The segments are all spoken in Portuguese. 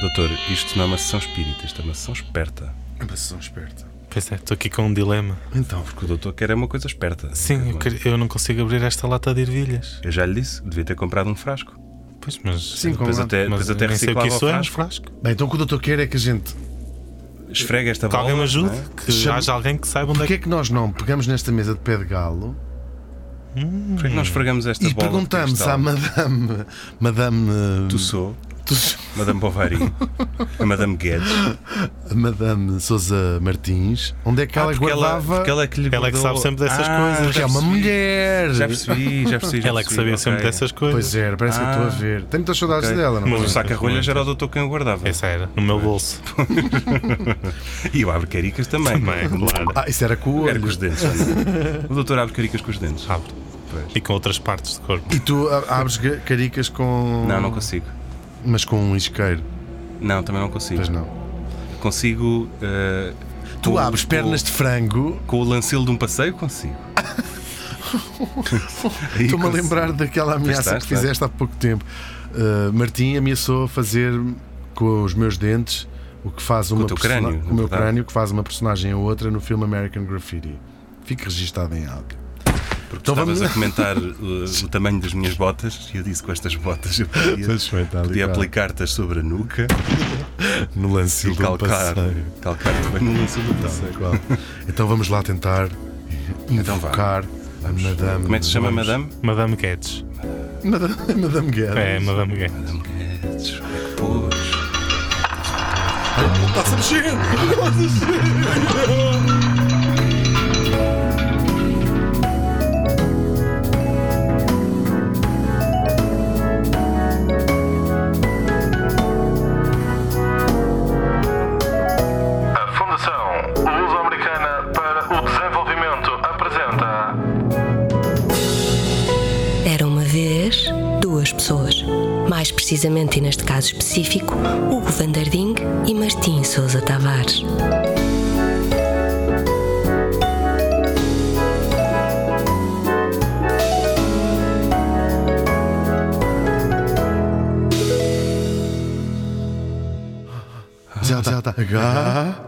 Doutor, isto não é uma sessão espírita, isto é uma sessão esperta. Mas são esperta. Pois é, estou aqui com um dilema. Então, porque o doutor quer é uma coisa esperta. Sim, eu, quero- eu não consigo abrir esta lata de ervilhas. Eu já lhe disse, devia ter comprado um frasco. Pois, mas. Sim, com Depois lá- até, mas depois até nem sei o reciclava que o isso é, mas frasco. frasco. Bem, então o que o doutor quer é que a gente. Esfrega esta Que bola. alguém me ajude, não é? que Chama- haja alguém que saiba onde é Porquê que. é que nós não pegamos nesta mesa de pé de galo Porquê Hum. que nós esfregamos esta bola? e de perguntamos cristal? à Madame. Madame. eh, Tussou, Tuss- Madame Bovary, a Madame Guedes. a Madame Sousa Martins onde é que ela Ah, porque guardava. porque ela é que lhe Ela é que guardou- sabe sempre dessas Ah, coisas. Porque já é uma percebi. mulher! Já percebi, já percebi. já Ela é que percebi, sabia ok. sempre dessas coisas. Pois é. era, parece que eu estou a ver. Tenho muitas saudades Ah, Ok. dela, não Mas é? o saca-rolhas era o doutor quem o guardava. Essa era, no meu bolso. E o abre-caricas também. Também, claro. Ah, isso era com o Era com olho. os dentes. não é? O doutor abre-caricas com os dentes. Abre. Pois. E com outras partes do corpo. E tu a- abres ga- caricas com. Não, não consigo. Mas com um isqueiro. Não, também não consigo. Pois não. Consigo. eh, Tu com- abres com- pernas de frango. Com o lancelo de um passeio, consigo. Aí Estou-me consigo. a lembrar daquela ameaça está, que está. fizeste há pouco tempo. Uh, Martim ameaçou fazer com os meus dentes o que faz uma o teu persona- crânio, com na o meu verdade. crânio que faz uma personagem a outra no filme American Graffiti. Fica registado em áudio. Porque Então estavas vamos- a comentar uh, o tamanho das minhas botas e eu disse com estas botas eu podia, Pois foi, está ali, podia claro. aplicar-te sobre a nuca No lance e do calcar, um passeio. calcar também no lance do passeio. Qual? então vamos lá tentar Então vá. invocar a Madame. Como é que se chama, vamos- Madame? Madame Guedes. Madame, Madame Guedes. É, Madame Guedes. Madame Guedes. Como é que pôs? Está-se a mexer! A Fundação Luso-Americana para o Desenvolvimento apresenta Era uma vez duas pessoas. Mais precisamente, e neste caso específico, Hugo Vandarding e Martim Sousa Tavares. Já está. Já está. H.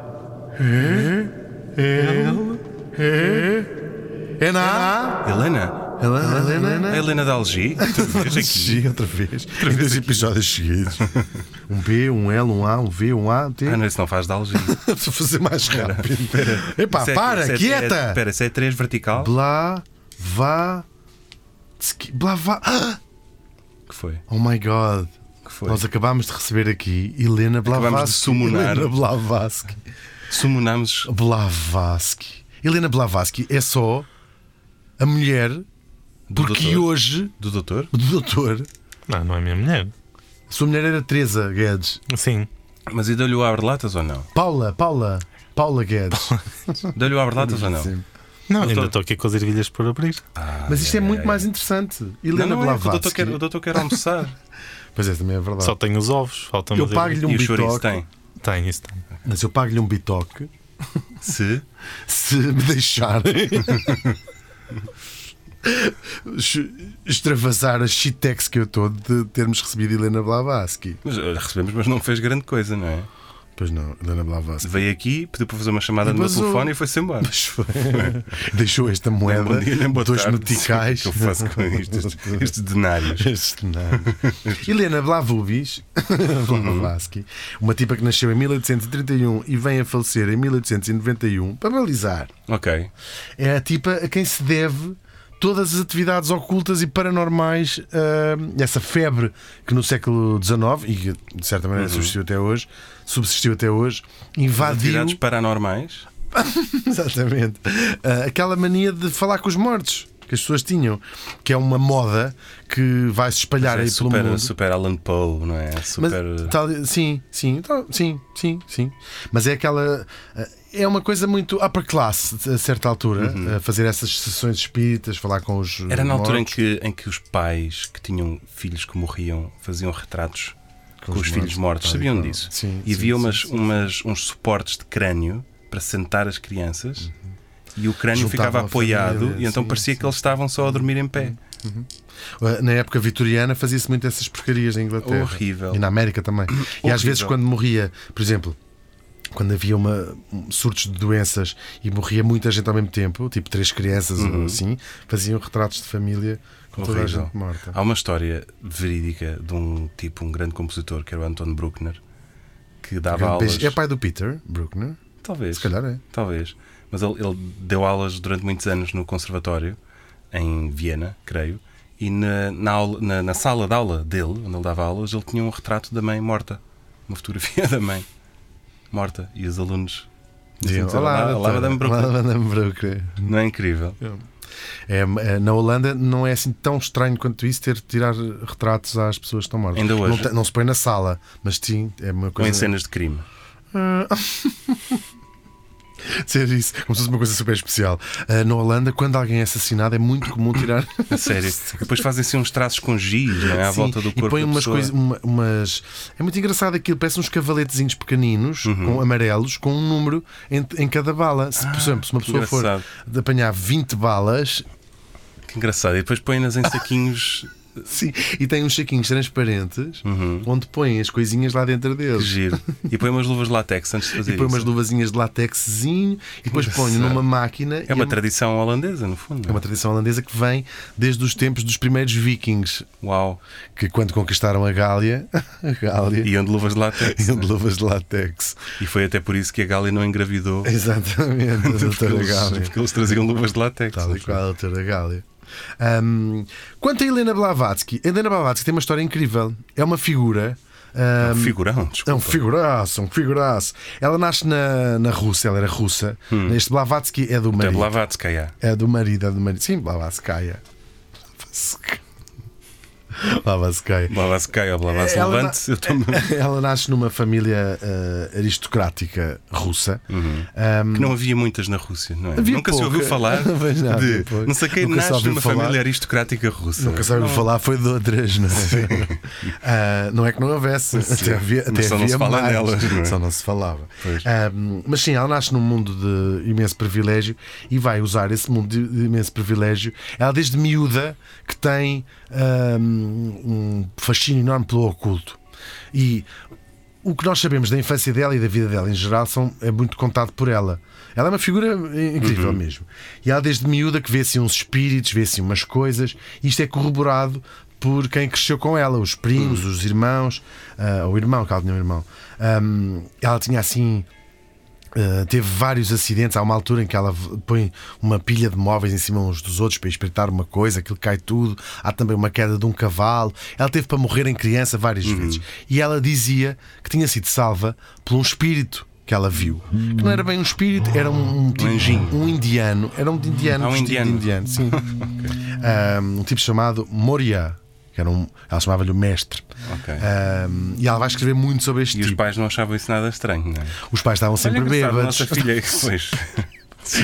E. L. E. Ená. Helena? Helena. A Helena. Helena da Algi? Tu vês aqui? Cheguei outra vez. Em dois episódios seguidos. Um B, um L, um A, um V, um A, um T. Ah, não, isso não faz da Algi. Estou a fazer mais rápido. Epá, Isso é- para, isso é- é- quieta! Espera, isso é 3 vertical? Blá, vá. tsqui- Blá, vá. Ah! Que foi? Oh my god. Que foi? Nós acabámos de receber aqui Helena Blavatsky. Acabámos de summonar. Helena Blavatsky. Sumonamos. Blavatsky. Helena Blavatsky é só a mulher, porque doutor. hoje, Do doutor? do doutor, Não, não é minha mulher. a sua mulher era Teresa Guedes. Sim. Mas e deu-lhe o abre-latas ou não? Paula, Paula, Paula Guedes. Ah, Deu-lhe o abre-latas ou Ah, então não? Ah, Não, ainda Doutor- estou aqui com as ervilhas por abrir. Mas isto é muito mais interessante. Não, Helena não, é, que o doutor Blavatsky. quer- o doutor quer almoçar. Pois é, também é verdade. Só tenho os ovos, faltam Eu as pago-lhe ervilhas. um e o chouriço bitoque. tem. Tenho, isso tenho. Mas eu pago-lhe um bitoque Se. se me deixarem. Ch- Extravasar a shitex que eu estou de termos recebido Helena Blavatsky. Mas uh, recebemos, mas não fez grande coisa, não é? Pois não, Helena Blavatsky. Veio aqui, pediu para fazer uma chamada no meu Vazou. telefone e foi-se embora. Mas foi- Deixou esta moeda, Bom dia, nem boa dois tarde. meticais. O que eu faço com isto? Estes, estes denários. Este não. Helena Blavubis, Blavatsky, uma tipa que nasceu em 1831 e vem a falecer em 1891, para balizar, Ok. é a tipa a quem se deve todas as atividades ocultas e paranormais, hum, essa febre que no século XIX, e que de certa Uhum. maneira subsistiu até hoje, subsistiu até hoje, invadiu. Atividades paranormais. Exatamente. Ah, aquela mania de falar com os mortos que as pessoas tinham, que é uma moda que vai se espalhar É aí pelo super, mundo. super Alan Poe, não é? Mas, Super. tal- sim, sim, tal- sim, sim, sim. Mas é aquela. ah, É uma coisa muito upper class, a certa altura, ah, fazer essas sessões espíritas, falar com os. Uhum. Era na altura em mortos. que, em que os pais que tinham filhos que morriam faziam retratos com, os os, filhos mortos. mortos, tal e Sabiam qual. disso? Sim, e sim, havia sim, umas, sim, umas- uns suportes de crânio para sentar as crianças. E o crânio Juntavam ficava Uhum. a apoiado, e família, então sim, parecia sim. Uhum. que eles estavam só a dormir em pé. Uh, Na época vitoriana fazia-se muito essas porcarias na Inglaterra. Horrível. E na América também. E às Horrível. vezes quando morria, por exemplo, quando havia uma, um- surtos de doenças e morria muita gente ao mesmo tempo, tipo três crianças ou assim, faziam retratos de família com toda a Uhum. Horrível. gente morta. Há uma história verídica de um tipo, um grande compositor, que era o Anton Bruckner, que dava Grande aulas. peixe. É pai do Peter Bruckner? Talvez. Se calhar é. Talvez. Mas ele, ele deu aulas durante muitos anos no conservatório, em Viena, creio, e na, na, aula- na- na sala de aula dele, onde ele dava aulas, ele tinha um retrato da mãe morta. Uma fotografia da mãe morta. E os alunos diziam: Olá, olá, Madame Olá, Bruckner. Madame Bruckner. Não é incrível? É, é, na Holanda não é assim tão estranho quanto isso ter de tirar retratos às pessoas que estão mortas. Ainda hoje. Não, te- não se põe na sala, mas sim, é uma Ou coisa. em cenas de crime. Ser isso, como se fosse uma coisa super especial. Ah, na Holanda, quando alguém é assassinado, é muito comum tirar. A sério. Depois fazem-se uns traços com giz não é? à Sim, volta do corpo E põe da umas pessoa. coisas. uma- umas... É muito engraçado aquilo, parece uns cavaletezinhos pequeninos, Uhum. com amarelos, com um número em, em cada bala. Se, por exemplo, se Ah, uma que pessoa for engraçado. de apanhar 20 balas, Que engraçado. E depois põem-nas em saquinhos. sim, e tem uns saquinhos transparentes onde põem as coisinhas lá dentro que deles. Giro. E põe umas luvas de látex antes de fazer E põe umas isso. luvazinhas de latexzinho e depois ponho numa máquina. e É uma tradição holandesa, no fundo. é uma tradição holandesa que vem desde os tempos dos primeiros vikings. Uau. que quando conquistaram a Gália, a Gália E onde luvas de látex. e de luvas de látex. E foi até por isso que a Gália não engravidou. Exatamente, a Porque doutora Gália. eles, porque eles traziam luvas de látex. Tal e qual a doutora Gália. Ahm, quanto a Helena Blavatsky, a Helena Blavatsky tem uma história incrível. É uma figura. ahm, Figurão, é um desculpa. figuraço, um figuraço. Ela nasce na, na Rússia, ela era russa. Este Blavatsky é do É marido. Blavatskaya. É do marido, é do marido. Sim, Blavatskaya. Blavatskaya. Blavatskaya ou Blavatsk Ela- tá- É. Levante, eu também. Ela nasce numa família eh, aristocrática russa. Ahm, Que não havia muitas na Rússia, não é? Havia Nunca se pouca. ouviu falar Pois não, havia de. pouca. Não sei quem Nunca se nasce ouviu numa falar. família aristocrática russa. Nunca sabe falar, foi de outras, não é? Ah, não é que não houvesse, até havia, até Mas só não se havia fala mais. nelas, não é? Só não se falava. Ahm, mas sim, ela nasce num mundo de imenso privilégio e vai usar esse mundo de, de imenso privilégio. Ela, desde miúda, que tem ahm, um fascínio enorme pelo oculto. E o que nós sabemos da infância dela e da vida dela em geral são, é muito contado por ela. Ela é uma figura incrível mesmo. E ela, desde miúda, que vê assim uns espíritos, vê assim umas coisas, e isto é corroborado por quem cresceu com ela, os primos, os irmãos, ah, o irmão, que ela tinha um irmão. Ahm, ela tinha assim Uh, teve vários acidentes. Há uma altura em que ela v- põe uma pilha de móveis em cima uns dos outros para espreitar uma coisa, aquilo cai tudo. Há também uma queda de um cavalo. Ela teve para morrer em criança várias Uhum. vezes. E ela dizia que tinha sido salva por um espírito que ela viu. Que não era bem um espírito, era um, um tipo, Uhum. anjinho. um indiano. Era um de indiano, Ah, um vestido indiano. de indiano. Sim. um, um tipo chamado Moria. Que era um, ela chamava-lhe o mestre. Ok. Um, e ela vai escrever muito sobre este E os tipo. pais não achavam isso nada estranho, não é? Os pais estavam sempre Olha, engraçado, a bêbados. nossa filha, pois.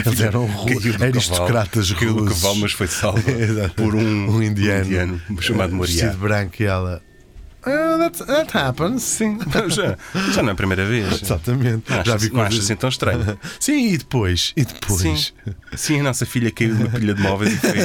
Eles eram Caiu do ru- cavalo, aristocratas caiu do russos. cavalo, mas foi salva Exato. por um, Um indiano, chamado eh, Moriá. Vestido branco e ela. "Ah, that, that happens. Sim, mas já, já não é a primeira vez. Exatamente. Não Já achas, vi não coisas- achas assim tão estranho? Sim, e depois? E Sim. depois? Sim, a nossa filha caiu de uma pilha de móveis e foi,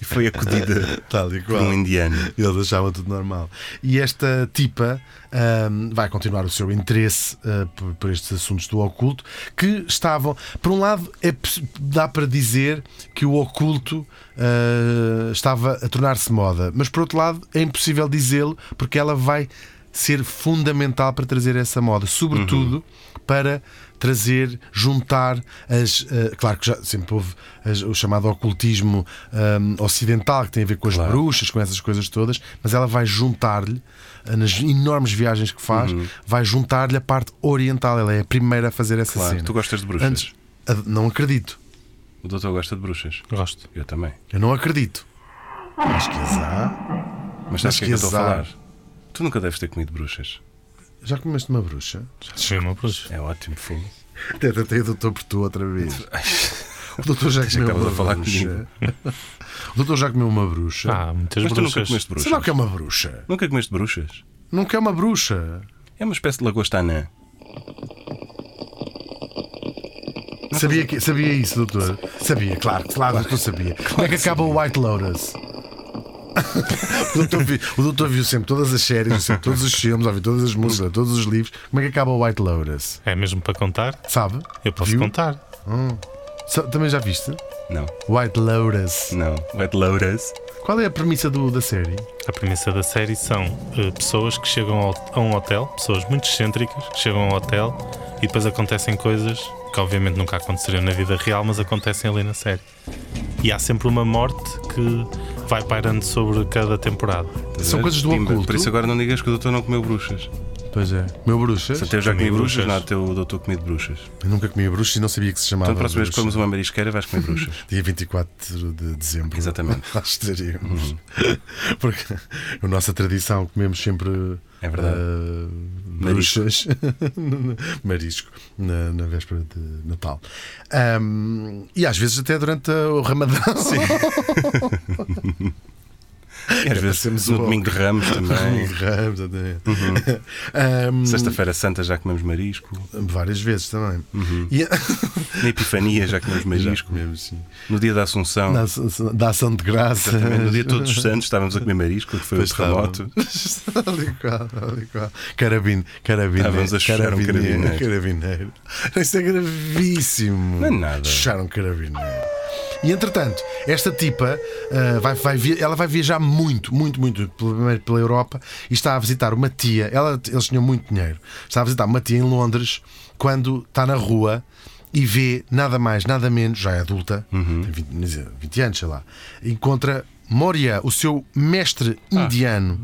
e foi acudida Tal e por qual. um indiano. Eles achavam tudo normal. E esta tipa ahm, vai continuar o seu interesse ah, por, por estes assuntos do oculto, que estavam. Por um lado, é poss- dá para dizer que o oculto ah, estava a tornar-se moda, mas por outro lado, é impossível dizê-lo porque ela vai ser fundamental para trazer essa moda, sobretudo para trazer, juntar as. ah, claro que já sempre houve as- o chamado ocultismo ahm, ocidental, que tem a ver com as bruxas, com essas coisas todas, mas ela vai juntar-lhe, ah, nas enormes viagens que faz, Uhum. vai juntar-lhe a parte oriental. Ela é a primeira a fazer essa Claro, cena. tu gostas de bruxas? Antes, ah, não acredito. O doutor gosta de bruxas. Gosto. Eu também. Eu não acredito. Mas que azar. Mas sabes o que é que eu estou a azar. falar? Tu nunca deves ter comido bruxas. Já comeste uma bruxa? Já cheguei uma bruxa. É ótimo, fogo. Até tentei o doutor por tu outra vez. O doutor já comeu acabas uma a falar bruxa. O doutor já comeu uma bruxa. Há muitas Mas tu nunca Ah, bruxas. comeste bruxas. Será que é uma bruxa? Nunca comeste bruxas? Não quer uma bruxa. É uma espécie de lagosta anã. Sabia, que, sabia isso, doutor? Sabia, claro, claro, que eu sabia. Como é que acaba o White Lotus? O doutor, vi- o doutor viu sempre todas as séries, viu sempre todos os filmes, ouviu todas as músicas, todos os livros. Como é que acaba o White Lotus? É mesmo para contar? Sabe? Eu posso Viu? contar. Sa- Também já viste? Não, White Lotus. não. Wet Lotus. Qual é a premissa do, da série? A premissa da série são eh, pessoas que chegam ao- a um hotel, pessoas muito excêntricas, que chegam ao hotel e depois acontecem coisas que obviamente nunca aconteceriam na vida real, mas acontecem ali na série. E há sempre uma morte que vai pairando sobre cada temporada. São coisas do Pimba, oculto. Por isso agora não digas que o doutor não comeu bruxas. Pois é. Meu bruxa. Se até eu já Comi comi bruxas, bruxas. não há até o doutor comido bruxas. Eu nunca comi bruxa e não sabia que se chamava. Então, a próxima vez que bruxa. comemos uma marisqueira, vais comer bruxas. Dia 24 de dezembro. Exatamente. Uhum. Nós teríamos. Porque a nossa tradição, comemos sempre. É verdade. ah, bruxas. Marisco. Na, na véspera de Natal. Ahm, e às vezes até durante a- o Ramadão. E às vezes passemos no o- domingo de ramos também. Ramos, exatamente. Uhum. Ahm, Sexta-feira Santa já comemos marisco. várias vezes também. Uhum. E a- Na Epifania já comemos Marisco marisco. mesmo, sim. No dia da Assunção, Da, ação- da ação de graça. também no dia de Todos os Santos, estávamos a comer marisco, que foi Pois o terremoto. estava. Tal e qual, tal e qual. Carabin, carabine, Estávamos Ah, a chuchar um carabineiro. carabineiro. Isso é gravíssimo. Não é nada. Chuchar um carabineiro. E entretanto, esta tipa ah, vai, vai via- ela vai viajar muito, muito, muito pela, pela Europa e está a visitar uma tia. Ela, eles tinham muito dinheiro. Está a visitar uma tia em Londres quando está na rua e vê nada mais, nada menos, já é adulta, Uhum. tem 20, quer dizer, 20 anos, sei lá, encontra Moria, o seu mestre Ah. indiano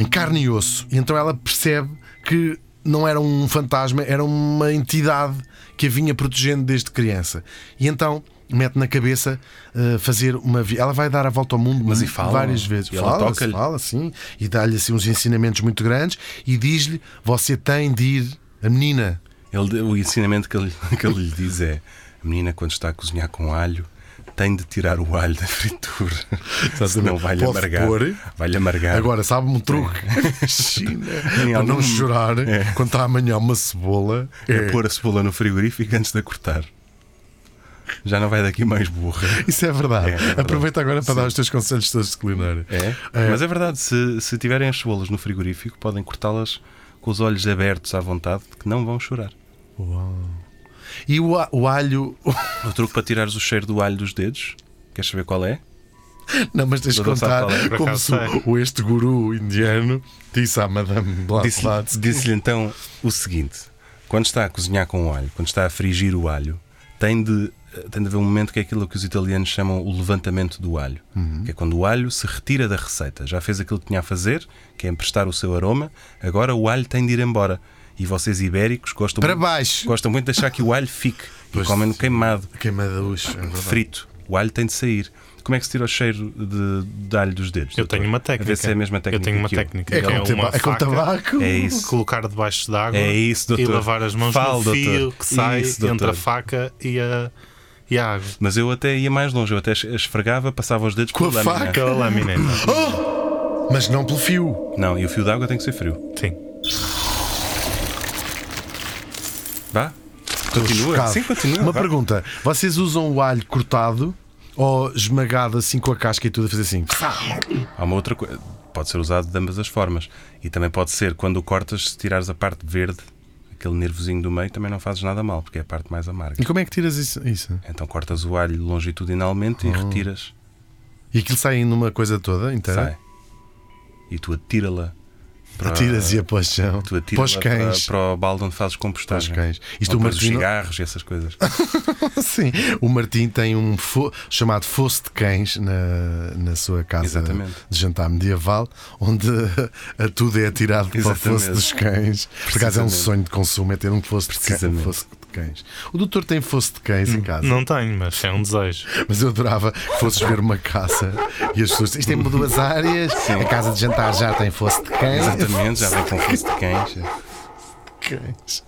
em carne e osso. E então ela percebe que não era um fantasma, era uma entidade que a vinha protegendo desde criança. E então mete na cabeça uh, fazer uma vi- ela vai dar a volta ao mundo Mas e fala? várias vezes E ela fala toca-lhe? fala sim e dá-lhe assim uns ensinamentos muito grandes e diz-lhe você tem de ir a menina Ele- o ensinamento que ele, que ele lhe diz é: a menina, quando está a cozinhar com alho, tem de tirar o alho da fritura. Senão vai-lhe Pode amargar. pôr. Vai-lhe amargar. Agora, sabe-me um truque? Imagina. Em Para não algum- chorar, É. quando está amanhã uma cebola, é é. pôr a cebola no frigorífico antes de a cortar. Já não vai daqui mais burra. Isso é verdade. É, é verdade. Aproveita agora para dar os teus conselhos todos de culinária. É? Mas é verdade, se, se tiverem as cebolas no frigorífico, podem cortá-las com os olhos abertos à vontade, que não vão chorar. E o, a- o alho. O truque para tirares o cheiro do alho dos dedos, queres saber qual é? Não, mas tens de Mas não sabe contar qual é, por como acaso se o, o este guru indiano disse à Madame Disse- Blaslat. Disse-lhe então o seguinte: quando está a cozinhar com o alho, quando está a frigir o alho, tem de, tem de haver um momento que é aquilo que os italianos chamam o levantamento do alho, Uhum. que é quando o alho se retira da receita. Já fez aquilo que tinha a fazer, que é emprestar o seu aroma, agora o alho tem de ir embora. E vocês ibéricos gostam, Para muito, baixo. gostam muito de deixar que o alho fique e Pois comem no sim. queimado. Queimaducho, é verdade. frito. O alho tem de sair. Como é que se tira o cheiro de, de alho dos dedos? Eu doutor? tenho uma A técnica. ver se é a mesma técnica. Eu tenho uma que eu. técnica. É que com, taba- uma é com faca, tabaco. É isso. Colocar debaixo d'água É isso, e doutor. lavar as mãos Fala, no fio doutor. que sai Isso, doutor. entre a faca e a, e a água. Mas eu até ia mais longe. Eu até esfregava, passava os dedos Com pela a lâmina. faca? Aquela lâmina. Oh! Mas não pelo fio. Não, e o fio d'água tem que ser frio. Sim. Vá? Estou Continua? chocado. Sim, continua. Uma vá. pergunta: vocês usam o alho cortado ou esmagado assim com a casca e tudo a fazer assim? Há uma outra coisa. Pode ser usado de ambas as formas. E também pode ser quando o cortas, se tirares a parte verde, aquele nervosinho do meio, também não fazes nada mal, porque é a parte mais amarga. E como é que tiras isso? isso? Então cortas o alho longitudinalmente e Hum. retiras. E aquilo sai numa coisa toda inteira? Sai. E tu atira-la. para- Atiras e a para o chão. Tu Para os atiras para, cães. para o balde onde fazes compostagem. Para os cães. Isto Ou o para os Martino- cigarros e essas coisas. Sim, o Martim tem um fo- chamado Fosso de Cães na, na sua casa Exatamente. de jantar medieval, onde a tudo é atirado para o Exatamente. fosso dos cães. Por acaso é um Precisamente. sonho de consumo, é ter um fosso de, cã- Precisamente. Hum, fosso de cães. O doutor tem fosso de cães em casa, Não tenho, mas é um desejo. mas eu adorava que fosses ver uma caça e as pessoas. Isto tem duas áreas, a casa de jantar já tem fosso de cães. um Exatamente, já vem com fosse de cães. cães.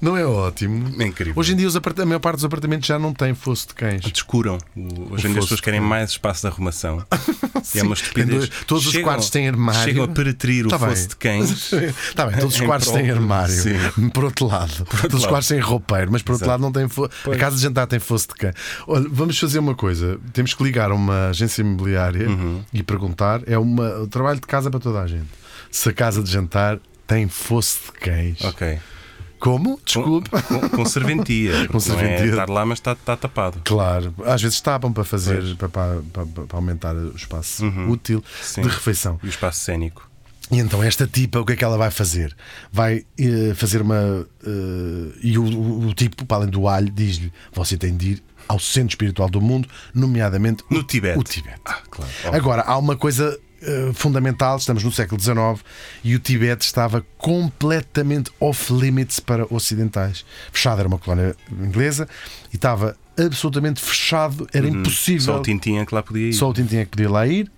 Não é ótimo? É incrível. Hoje em dia os apart- a maior parte dos apartamentos já não tem fosso de cães. Descuram. O- Hoje em dia as pessoas fosso. querem mais espaço de arrumação. e é uma Tem estupidez. dois- todos os Chegam- quartos têm armário. Chegam a peretrir o Tá bem. fosso de cães. Está Tá bem, todos os Em quartos têm prol- armário. Sim. Por outro lado, todos os lado. quartos têm roupeiro, mas por outro Exato. lado não tem fo... a Pois. casa de jantar tem fosso de cã. Olha, vamos fazer uma coisa: temos que ligar a uma agência imobiliária Uhum. e perguntar. É uma... o trabalho de casa para toda a gente. Se a casa de jantar tem fosso de cães. Ok. Como? Com, Desculpe. com, com serventia. Com Com serventia. serventia. estar lá, mas está, está tapado. Claro, às vezes tapam para fazer Pois. Uhum. para, para- para- para aumentar o espaço útil Sim. de refeição. E o espaço cénico. E então esta tipa, o que é que ela vai fazer? Vai eh, fazer uma. eh, e o, o- o tipo, para além do alho, diz-lhe: você tem de ir ao centro espiritual do mundo, nomeadamente No o- Tibete. O Tibete. Ah, claro. Agora, há uma coisa eh, fundamental: estamos no século XIX e o Tibete estava completamente off-limits para ocidentais. Fechado, era uma colónia inglesa e estava absolutamente fechado, era impossível. Uhum. Só o Tintin é que lá podia ir. Só o Tintin é que podia lá ir,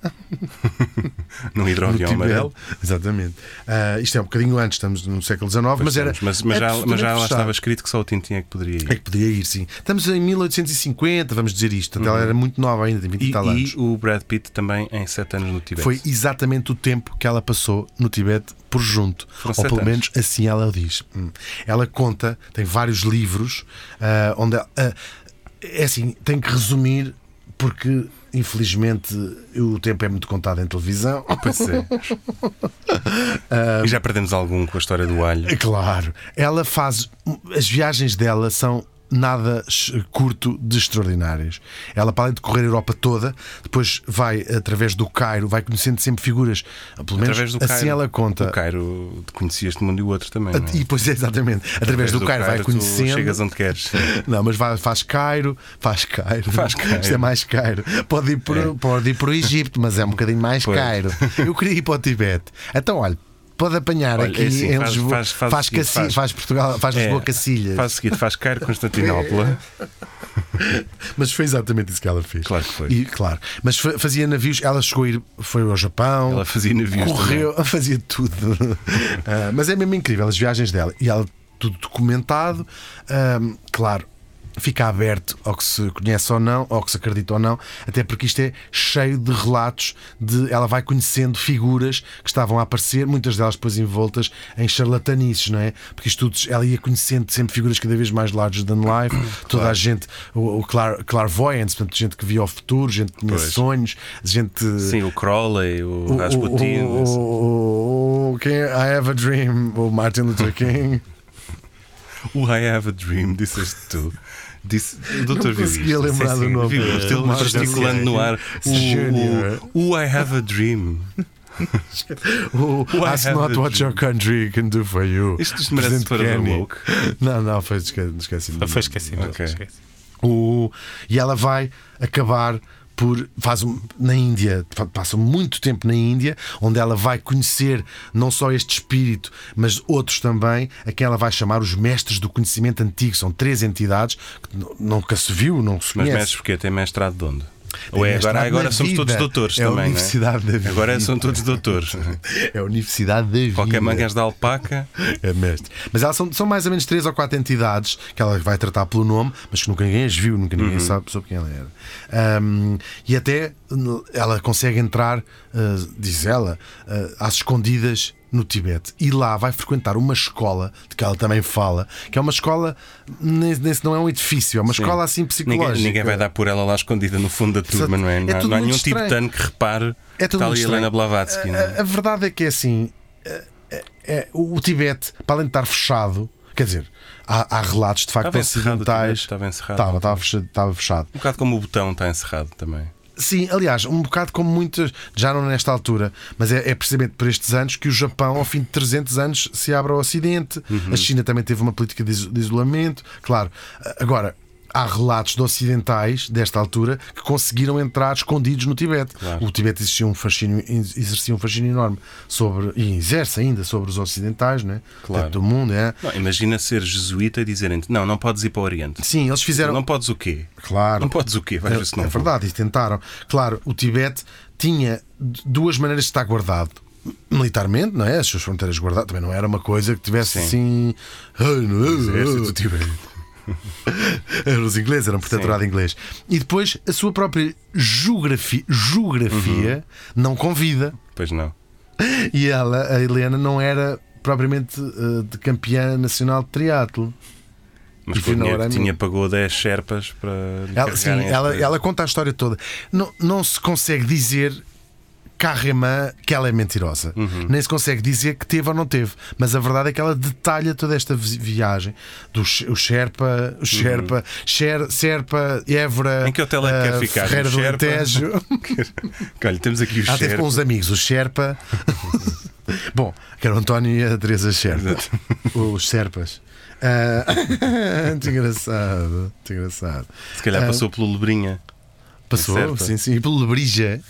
Num no hidroavião Tibete. é amarelo. Exatamente. Ah, isto é um bocadinho antes, estamos no século XIX, mas era. é Mas, mas já, mas já absolutamente lá fechado. estava escrito que só o Tintin é que poderia É ir. que podia ir, sim. Estamos em 1850, vamos dizer isto. Ela era muito nova ainda, tem 20 Uhum. e, E, tal anos. e o Brad Pitt também em 7 anos no Tibete. tá Foi exatamente o tempo que ela passou no Tibete por junto. Foram Ou sete pelo anos. menos assim ela o diz. Hum. Ela conta, tem vários livros, ah, onde ela- ah, é assim, tem que resumir, porque infelizmente o tempo é muito contado em televisão. Pois é. Ah. E já perdemos algum com a história do alho. É Claro. Ela faz. As viagens dela são nada ex- curto de extraordinárias. Ela, para além de correr a Europa toda, depois vai através do Cairo, vai conhecendo sempre figuras. Pelo menos Através do assim Cairo. ela O conta. Cairo conhecia este mundo e o outro também. não é? E pois é, exatamente. Através do, Cairo, vai tu conhecendo. Chegas um onde queres. Não, mas vai- faz Cairo, faz Cairo. Faz Cairo. É. Isto é mais Cairo. Pode ir para pode ir para o Egito, mas é um bocadinho mais Pois. Cairo. Eu queria ir para o Tibete. Então, olha, pode apanhar Olha, aqui é assim, em faz- Lisboa. Faz, faz- faz o seguinte, Caci- faz- faz Portugal, faz É, Lisboa Cacilhas. Faz o seguinte, faz Cairo, Constantinopla. Mas foi exatamente isso que ela fez. Claro que foi. E, claro. Mas fa- fazia navios, ela chegou a ir, foi ao Japão. Ela fazia navios Correu, fazia tudo. Ah, mas é mesmo incrível as viagens dela. E ela, tudo documentado, Ahm, claro. Fica aberto ao que se conhece ou não, ao que se acredita ou não, até porque isto é cheio de relatos de ela vai conhecendo figuras que estavam a aparecer, muitas delas depois envoltas em charlatanices, não é? Porque isto tudo, ela ia conhecendo sempre figuras cada vez mais large than life, toda a gente, o, o clar, clairvoyance, portanto, gente que via o futuro, gente que tinha Pois. sonhos, gente Sim, o Crowley, o, né? Rasputin. o, o, o, o, quem- I Have a Dream, o Martin Luther King. O I Have a Dream, disseste tu. Disse, o doutor assim. Não viu conseguia isto. lembrar Sim, do sim, nome. viu, É, ele Martin gesticulando no ar. O, Jr. o, o I Have a Dream. O I Ask Have Not a What Dream. Your Country Can Do For You. Isto isto merece Presidente para Kennedy. o woke. Não, não, foi esqueci. esqueci Ah, Foi esquecido. Ok. esqueci. O- e ela vai acabar por faz um- na Índia fa- passa muito tempo na Índia onde ela vai conhecer não só este espírito mas outros também a quem ela vai chamar os mestres do conhecimento antigo são três entidades que n- nunca se viu não Mas se conhece mestres porque tem mestrado de onde? Ou é mestrado agora, na agora somos vida. todos doutores É a também. não universidade da vida. Agora são todos doutores. é a universidade da vida Qualquer um mangas de alpaca. É mestre. Mas elas são, são mais ou menos três ou quatro entidades que ela vai tratar pelo nome, mas que nunca ninguém as viu, nunca Uhum. ninguém sabe sobre quem ela era. Ahm, e até n- ela consegue entrar, ah, diz ela, ah, às escondidas no Tibete. E lá vai frequentar uma escola, de que ela também fala, que é uma escola, nem, nem- não é um edifício, é uma escola assim psicológica. Ninguém, ninguém vai dar por ela lá escondida no fundo da turma, Exato. não é? É Não, há- tudo não há muito nenhum estranho. tibetano que repare É que tudo está ali muito a Helena estranho. Blavatsky. não é? A, a verdade é que é assim: eh, eh, eh, o o Tibete, para além de estar fechado, quer dizer, há, há relatos de facto Estava encerrado o ocidentais. Tibete, estava encerrado. Estava, estava fechado, estava fechado. Um bocado como o botão está encerrado também. Sim, aliás, um bocado como muitas, já não nesta altura, mas é, é precisamente por estes anos que o Japão, ao fim de 300 anos, se abre ao Ocidente. Uhum. A China também teve uma política de, iso- de isolamento. Claro, agora. Há relatos de ocidentais desta altura que conseguiram entrar escondidos no Tibete. O Tibete existia um fascínio, exercia um fascínio enorme sobre, e exerce ainda sobre os ocidentais, né? Claro. Tanto do mundo. É? Não, imagina ser jesuíta e dizerem-te: não, não podes ir para o Oriente. Sim, eles fizeram. Não podes o quê? Claro. Não podes o quê? Vais É- ver se não é vou. verdade, e tentaram. Claro, o Tibete tinha d- duas maneiras de estar guardado. militarmente, não é? As suas fronteiras guardadas. Também não era uma coisa que tivesse Sim. assim. "Ai, não é? Exército, tipo, Eram os ingleses, eram protetorado inglês. E depois a sua própria geografia, geografia Uhum. não convida. Pois não. E ela, a Helena, não era propriamente eh, de campeã nacional de triatlo. Mas E com o não dinheiro era que mesmo. tinha pagou 10 Sherpas para. lhe Ela, sim, carregarem as ela, coisas. ela conta a história toda. Não, não se consegue dizer Carremã que ela é mentirosa. Uhum. Nem se consegue dizer que teve ou não teve. Mas a verdade é que ela detalha toda esta vi- viagem do Sh- o Sherpa, o Sherpa, Sher- Serpa, Évora, Uhum. Em que hotel é que quer eh, ficar? No Ferreira do Sherpa? Alentejo. Olha, temos aqui o Ela teve Sherpa. com uns amigos, o Sherpa. Bom, que era o António e a Teresa Sherpa. Os Serpas. Ah, muito engraçado, muito engraçado. Se Ah. calhar passou pelo Lebrinha. Passou, É Certo. sim, sim. E pelo Lebrija.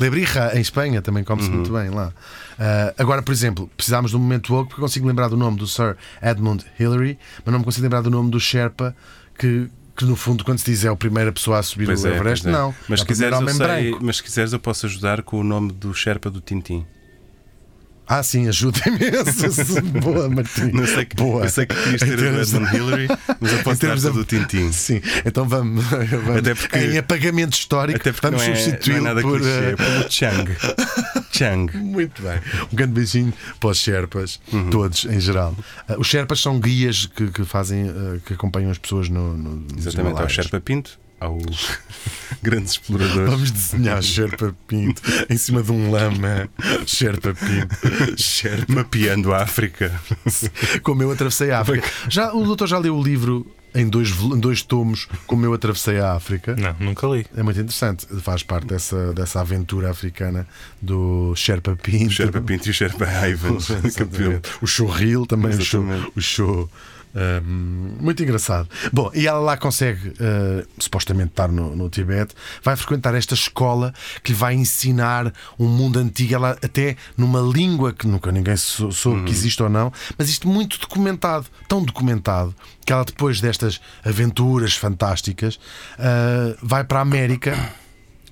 Lebrija, em Espanha, também come-se Uhum. muito bem lá. Ah, agora, por exemplo, precisámos de um momento woke porque eu consigo lembrar do nome do Sir Edmund Hillary, mas não me consigo lembrar do nome do Sherpa que. Que no fundo, quando se diz é a primeira pessoa a subir Pois o é, Everest, pois é. não. Mas se, é o primeiro quiseres, eu homem sei, branco. mas se quiseres, eu posso ajudar com o nome do Sherpa do Tintim. Ah, sim, ajuda imenso. Boa, Martim. Não sei que, Boa. Eu sei que querias Em ter o termos de- Edmund Hillary, mas eu Em posso dar termos te de- do Tintim. Sim, então vamos, vamos- Até porque- em apagamento histórico, Até porque vamos não, é, não é substituí-lo nada por, clichê, eh, pelo Chang. Chang. Muito bem. Um grande beijinho para os Sherpas, Uhum. todos em geral. Ah, os Sherpas são guias que, que fazem, ah, que acompanham as pessoas no. no nos Exatamente, ao Himalaias. Sherpa Pinto, ao grandes exploradores. Vamos desenhar Sherpa Pinto em cima de um lama. Sherpa Pinto. Sherpa. Mapeando a África. Como eu atravessei a África. Já, o doutor já leu o livro em dois, vol- em dois tomos, Como eu atravessei a África. Não, nunca li. É muito interessante. Faz parte dessa, dessa aventura africana do Sherpa Pinto. O Sherpa Pinto e o Sherpa Ivans. Campeão. Exatamente. O showreel também, o show, Exatamente. o show hum, muito engraçado. Bom, e ela lá consegue uh, supostamente estar no, no Tibete, vai frequentar esta escola que lhe vai ensinar um mundo antigo, ela até numa língua que nunca ninguém sou- soube Uhum. que existe ou não, mas isto muito documentado, tão documentado, que ela depois destas aventuras fantásticas uh, vai para a América.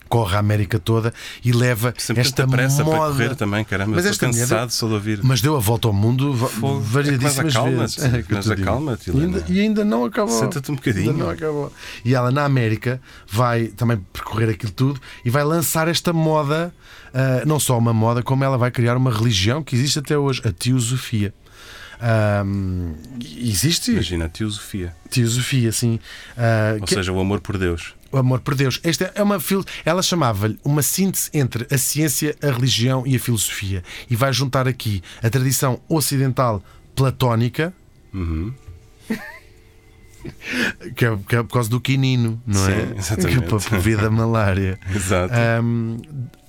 Corre a América toda e leva Sempre esta tanta pressa moda. para correr também, caramba. Mas eu esta estou mulher- cansado só de ouvir. Mas deu a volta ao mundo va- Fogo. variadíssimas Mas acalma-te, vezes. É que eu mas te digo. acalma-te, E ainda- Helena. E ainda não acabou. Senta-te um bocadinho. Ainda não acabou. E ela na América vai também percorrer aquilo tudo e vai lançar esta moda, ah, não só uma moda, como ela vai criar uma religião que existe até hoje, a teosofia. Ah, existe Imagina, a teosofia. teosofia, sim. Ah, Ou que- seja, o amor por Deus. o amor por Deus. Esta é uma fil... Ela chamava-lhe uma síntese entre a ciência, a religião e a filosofia. E vai juntar aqui a tradição ocidental platónica. Uhum. Que, é, que é por causa do quinino, não é? Sim, exatamente. Que é para prever da malária. Exato. Ahm,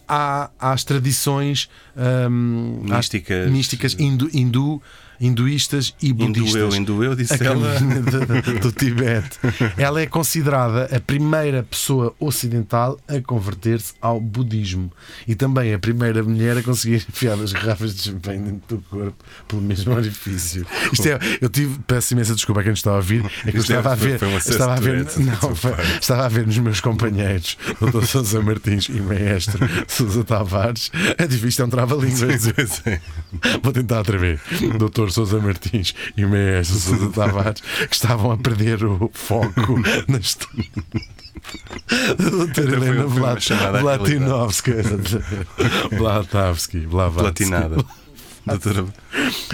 há, há as tradições ahm, há as Místicas. místicas hindu, hindu, hinduístas e budistas. Hindu eu, hindu eu, A disse ela. caminho do, do Tibete. Ela é considerada a primeira pessoa ocidental a converter-se ao budismo e também a primeira mulher a conseguir enfiar as garrafas de champanhe dentro do corpo pelo mesmo orifício. Isto é, eu tive, peço imensa desculpa a quem nos está a ouvir, é que eu Isto é- estava a foi- ver, foi um acesso estava a de ver, Tourette's da não, tua foi- parte. estava a ver nos meus companheiros, o Dr. Sousa Martins e o maestro Sousa Tavares, a divista é um trava-línguas. Vou tentar outra vez. Doutor Sousa Martins e o Maestro Sousa Tavares que estavam a perder o foco na história. da Doutora foi um Helena uma- foi uma chamada à Blatinovska. Blatavski. Blavatsky. Platinada. Doutora.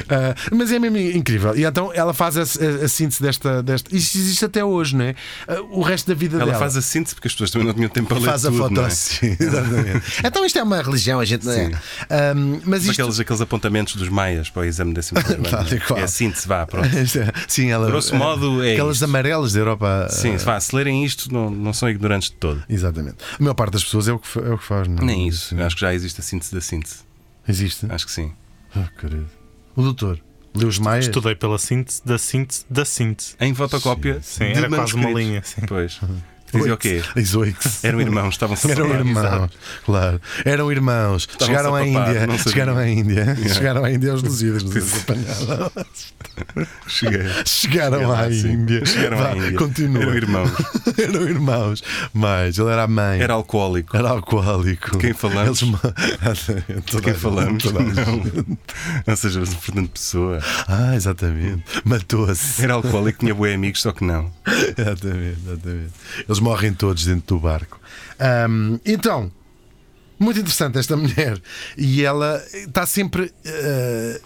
Ah, mas é mesmo incrível. E então ela faz a, a- a síntese desta, desta. Isto existe até hoje, não é? Ah, o resto da vida Ela dela. faz a síntese porque as pessoas também não tinham tempo para ler Faz a tudo, não é? fotossíntese. Exatamente. então isto é uma religião, a gente não é. Ah, mas Mas isto. Aqueles, aqueles apontamentos dos maias para o exame décimo primeiro Tal ano. e qual. É a síntese, vá, pronto. Sim, ela. Grosso modo é Aquelas isto. amarelas da Europa. Ah. Sim, vá, se lerem isto, não, não são ignorantes de todo. Exatamente. A maior parte das pessoas é o que, fa- é o que faz, não é? Nem isso. Acho que já existe a síntese da síntese. Existe? Acho que é. sim. Ah, querido. O doutor, leu os maias? Estudei pela síntese, da síntese, da síntese. Em fotocópia, de Sim, era quase uma manuscritos. linha. Sim. Pois. Que dizia o quê? Os oix. Eram irmãos, estavam-se a um Eram falar. irmãos, claro. Eram irmãos. chegaram à a papar, Índia. não sabiam. Chegaram à Índia. Chegaram à Índia aos luzidos. não sei se apanharam. Cheguei. Chegaram Cheguei lá, à sim. Índia. Chegaram à Vá, Índia. Continua. Eram irmãos. Eram irmãos. Mas ele era a mãe. Era alcoólico. Era alcoólico. quem falamos? Eles... De quem falamos? Toda a gente. Não. Ou seja, era um Fernando Pessoa. Ah, exatamente. Matou-se. Era alcoólico, tinha boi amigos, só que não. Exatamente, exatamente. Eles morrem todos dentro do barco. Ahm, então, muito interessante esta mulher. E ela está sempre. eh,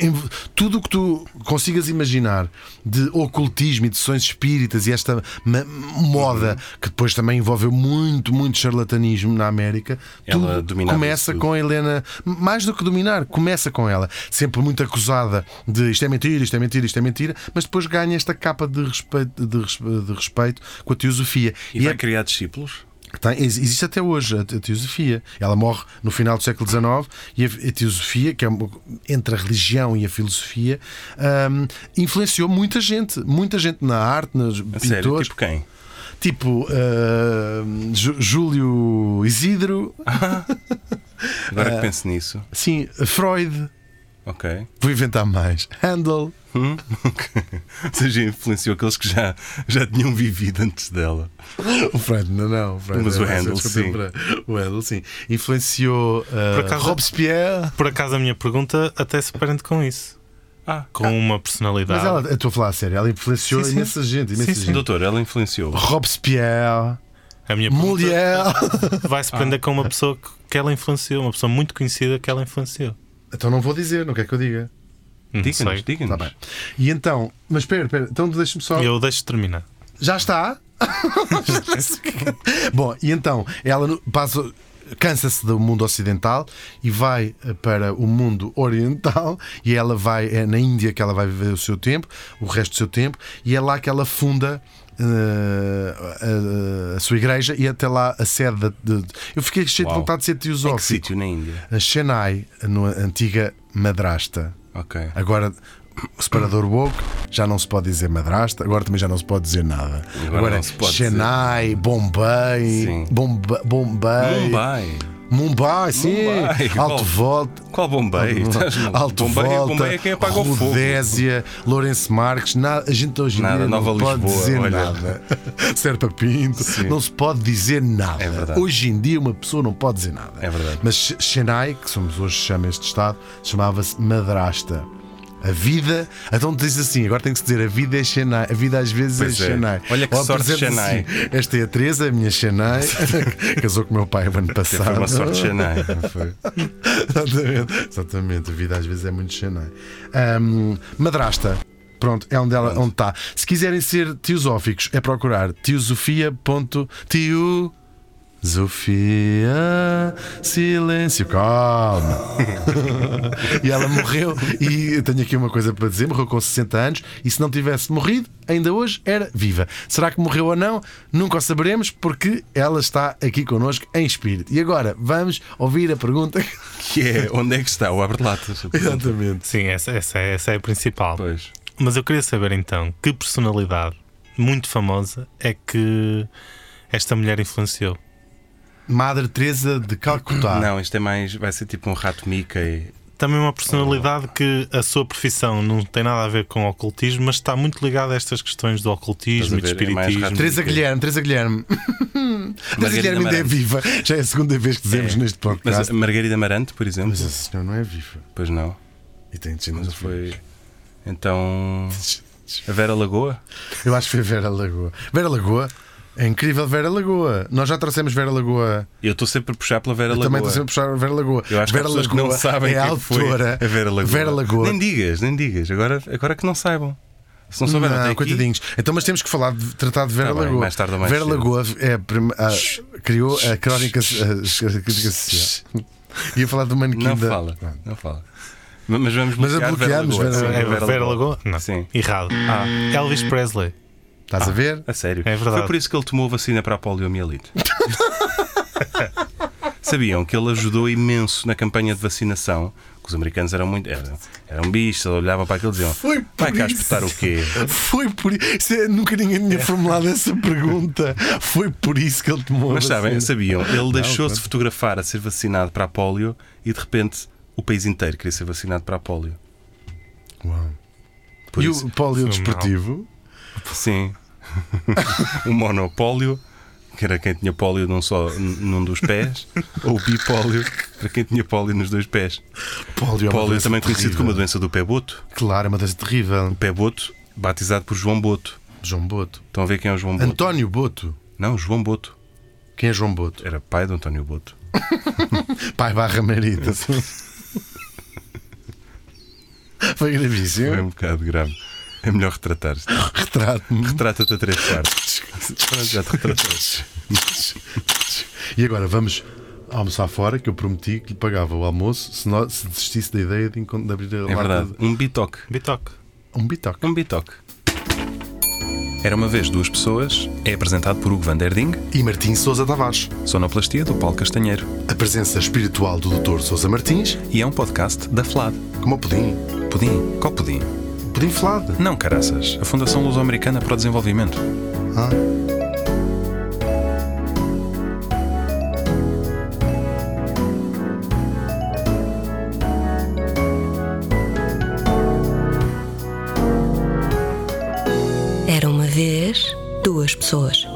em- tudo o que tu consigas imaginar de ocultismo e de sessões espíritas e esta ma- moda Uhum. que depois também envolveu muito, muito charlatanismo na América, Ela tudo dominava isso começa tudo. com a Helena, mais do que dominar, começa com ela, sempre muito acusada de isto é mentira, isto é mentira, isto é mentira, mas depois ganha esta capa de respeito, de, res- de respeito com a teosofia. E, E vai é- criar discípulos? tem- ex- existe até hoje a a teosofia. Ela morre no final do século XIX e a, a teosofia, que é uma- entre a religião e a filosofia, hum, influenciou muita gente. Muita gente na arte, nos A sério? pintores. Tipo quem? tipo hum, Jú- Júlio Isidro, Ah. Agora Ah. que penso nisso. sim, Freud, Ok. vou inventar mais, Handel. Hum? Ou seja, influenciou aqueles que já, já tinham vivido antes dela. O Freud, não, não. O Freud Mas é o mais Handel, sim. contemporâneo. O Handel, sim. Influenciou uh, acaso- Robespierre. Por acaso a minha pergunta até se prende com isso. Ah, Com uma personalidade. Mas ela, eu estou a falar a sério, ela influenciou Sim, sim. imensa gente. Imensa Sim, sim. gente. doutor, ela influenciou. Robespierre, A minha pergunta mulher. Ah. vai se prender com uma pessoa que, que ela influenciou, uma pessoa muito conhecida que ela influenciou. então não vou dizer, não quer que eu diga. Não Diga-nos, Tá sei. diga-nos. bem. E então, mas espera, espera, então deixa-me só. E eu deixo terminar. Já está? Bom, e então, ela no- passa. Cansa-se do mundo ocidental e vai eh, para o mundo oriental e ela vai, é na Índia que ela vai viver o seu tempo, o resto do seu tempo, e é lá que ela funda eh, a, a sua igreja e até lá a sede da- de, de- Eu fiquei cheio Uau. de vontade de ser Que teosófico. sítio na Índia? a Chennai, no antiga madrasta. Ok. Agora, o separador woke, já não se pode dizer madrasta, agora também já não se pode dizer nada. Agora não se pode Chennai, Bombay, Sim. Bomba- Bombay, Mumbai. Mumbai, sim, Mumbai. Alto Qual- Volta. Qual Bombay? Estás maluco? Tá, Alto Bombay, Volta, Bombay é quem apaga o fogo. Rodésia, Lourenço Marques, nada, a gente hoje em Nada, dia não Nova pode Lisboa, dizer olha. nada. Serpa Pinto, Sim. não se pode dizer nada. É verdade. hoje em dia uma pessoa não pode dizer nada. É verdade. Mas Ch- Chennai, que somos hoje chama este estado, chamava-se madrasta. A vida, então diz assim, agora tem que se dizer, a vida é Chennai, a vida às vezes Pois é é. Chennai. Olha que Ou sorte, apresenta-se Chennai. assim, esta é a Teresa, a minha Chennai, casou com o meu pai o ano passado. Foi uma sorte Chennai. Exatamente, exatamente. A vida às vezes é muito Xanai. Ahm, madrasta. Pronto, é onde ela onde está. Se quiserem ser teosóficos, é procurar teosofia.tio. Sofia, silêncio, calma. e ela morreu. E eu tenho aqui uma coisa para dizer: morreu com 60 anos. E se não tivesse morrido, ainda hoje era viva. Será que morreu ou não? Nunca o saberemos, porque ela está aqui connosco em espírito. E agora vamos ouvir a pergunta. Que é onde é que está o abre-latas? Exatamente. Sim, essa, essa, é- essa é a principal. Pois. Mas eu queria saber então que personalidade muito famosa é que esta mulher influenciou. Madre Teresa de Calcutá. Não, isto é mais. Vai ser tipo um rato Mickey. Também uma personalidade que a sua profissão não tem nada a ver com o ocultismo, mas está muito ligada a estas questões do ocultismo e de Estás a ver? É mais espiritismo. rápido. Teresa Guilherme, Teresa Guilherme. Teresa Guilherme ainda é Amarante. viva. Já é a segunda vez que dizemos É. neste Mas podcast. a Margarida Amarante, por exemplo. Mas, a senhora não é viva. Pois não. E tem Mas descendentes foi. Então. A Vera Lagoa? Eu acho que foi Vera Lagoa. Vera Lagoa. É incrível Vera Lagoa. Nós já trouxemos Vera Lagoa. Eu estou sempre a puxar pela Vera Eu Lagoa. também estou sempre a puxar Vera Lagoa. Eu acho que há Vera pessoas que não Lagoa sabem é a quem foi autora. a Vera Lagoa. Vera Lagoa. Nem digas, nem digas. Agora, agora que não saibam. Se não souberam até Não, aqui, coitadinhos. Então, mas temos que falar de tratar de Vera Tá bem, Lagoa. mais tarde ou mais Vera cedo. Lagoa é a prim- a- criou a crónica, a, a crónica social. Ia falar do manequim não da. fala. Não fala. Ma- Mas vamos Mas a bloquear bloqueamos, Vera Lagoa. Vera- Sim, É Vera Lagoa? Não. Sim. Ah. Errado. Elvis Presley. Estás a ver? A sério. É verdade. Foi por isso que ele tomou a vacina para a poliomielite. Sabiam que ele ajudou imenso na campanha de vacinação. que Os americanos eram muito. Eram, eram bichos, olhavam para aquilo e diziam: Foi por Vai cá isso. espetar o quê? Foi por isso. é, Nunca ninguém tinha formulado essa pergunta. Foi por isso que ele tomou. a Mas sabem, vacina. sabiam, ele deixou-se fotografar a ser vacinado para a polio e de repente o país inteiro queria ser vacinado para a polio. Uau. Por e isso, um o polio Fenomenal. desportivo? sim. o monopólio, que era quem tinha pólio num só n- num dos pés, ou o bipólio, para quem tinha pólio nos dois pés. Polio, é uma Pólio é doença também terrível. conhecido como a doença do pé boto. Claro, é uma doença terrível. Pé boto, batizado por João Boto. João Boto. Estão a ver quem é o João Boto? António Boto. Não, João Boto. Quem é João Boto? Era pai do António Boto. É. Pai barra marido. Foi É gravíssimo. um bocado grave. É melhor retratar isto. Retrato-me. Retrata-te a três partes. Pronto, já te retrataste. E agora vamos almoçar fora, que eu prometi que lhe pagava o almoço se, nós, se desistisse da ideia de, encont- de abrir a É lata verdade. Um bitoque. Bitoque. de- Um bitoque. Um bitoque. Era uma vez duas pessoas. É apresentado por Hugo Van Der Ding. E Martim Sousa Tavares. Sonoplastia do Paulo Castanheiro. A presença espiritual do Dr. Sousa Martins, E é um podcast da FLAD. como o pudim. Pudim? Qual pudim? Pudim flado. Não, caraças. A Fundação Luso-Americana para o Desenvolvimento. Ah. Era uma vez duas pessoas.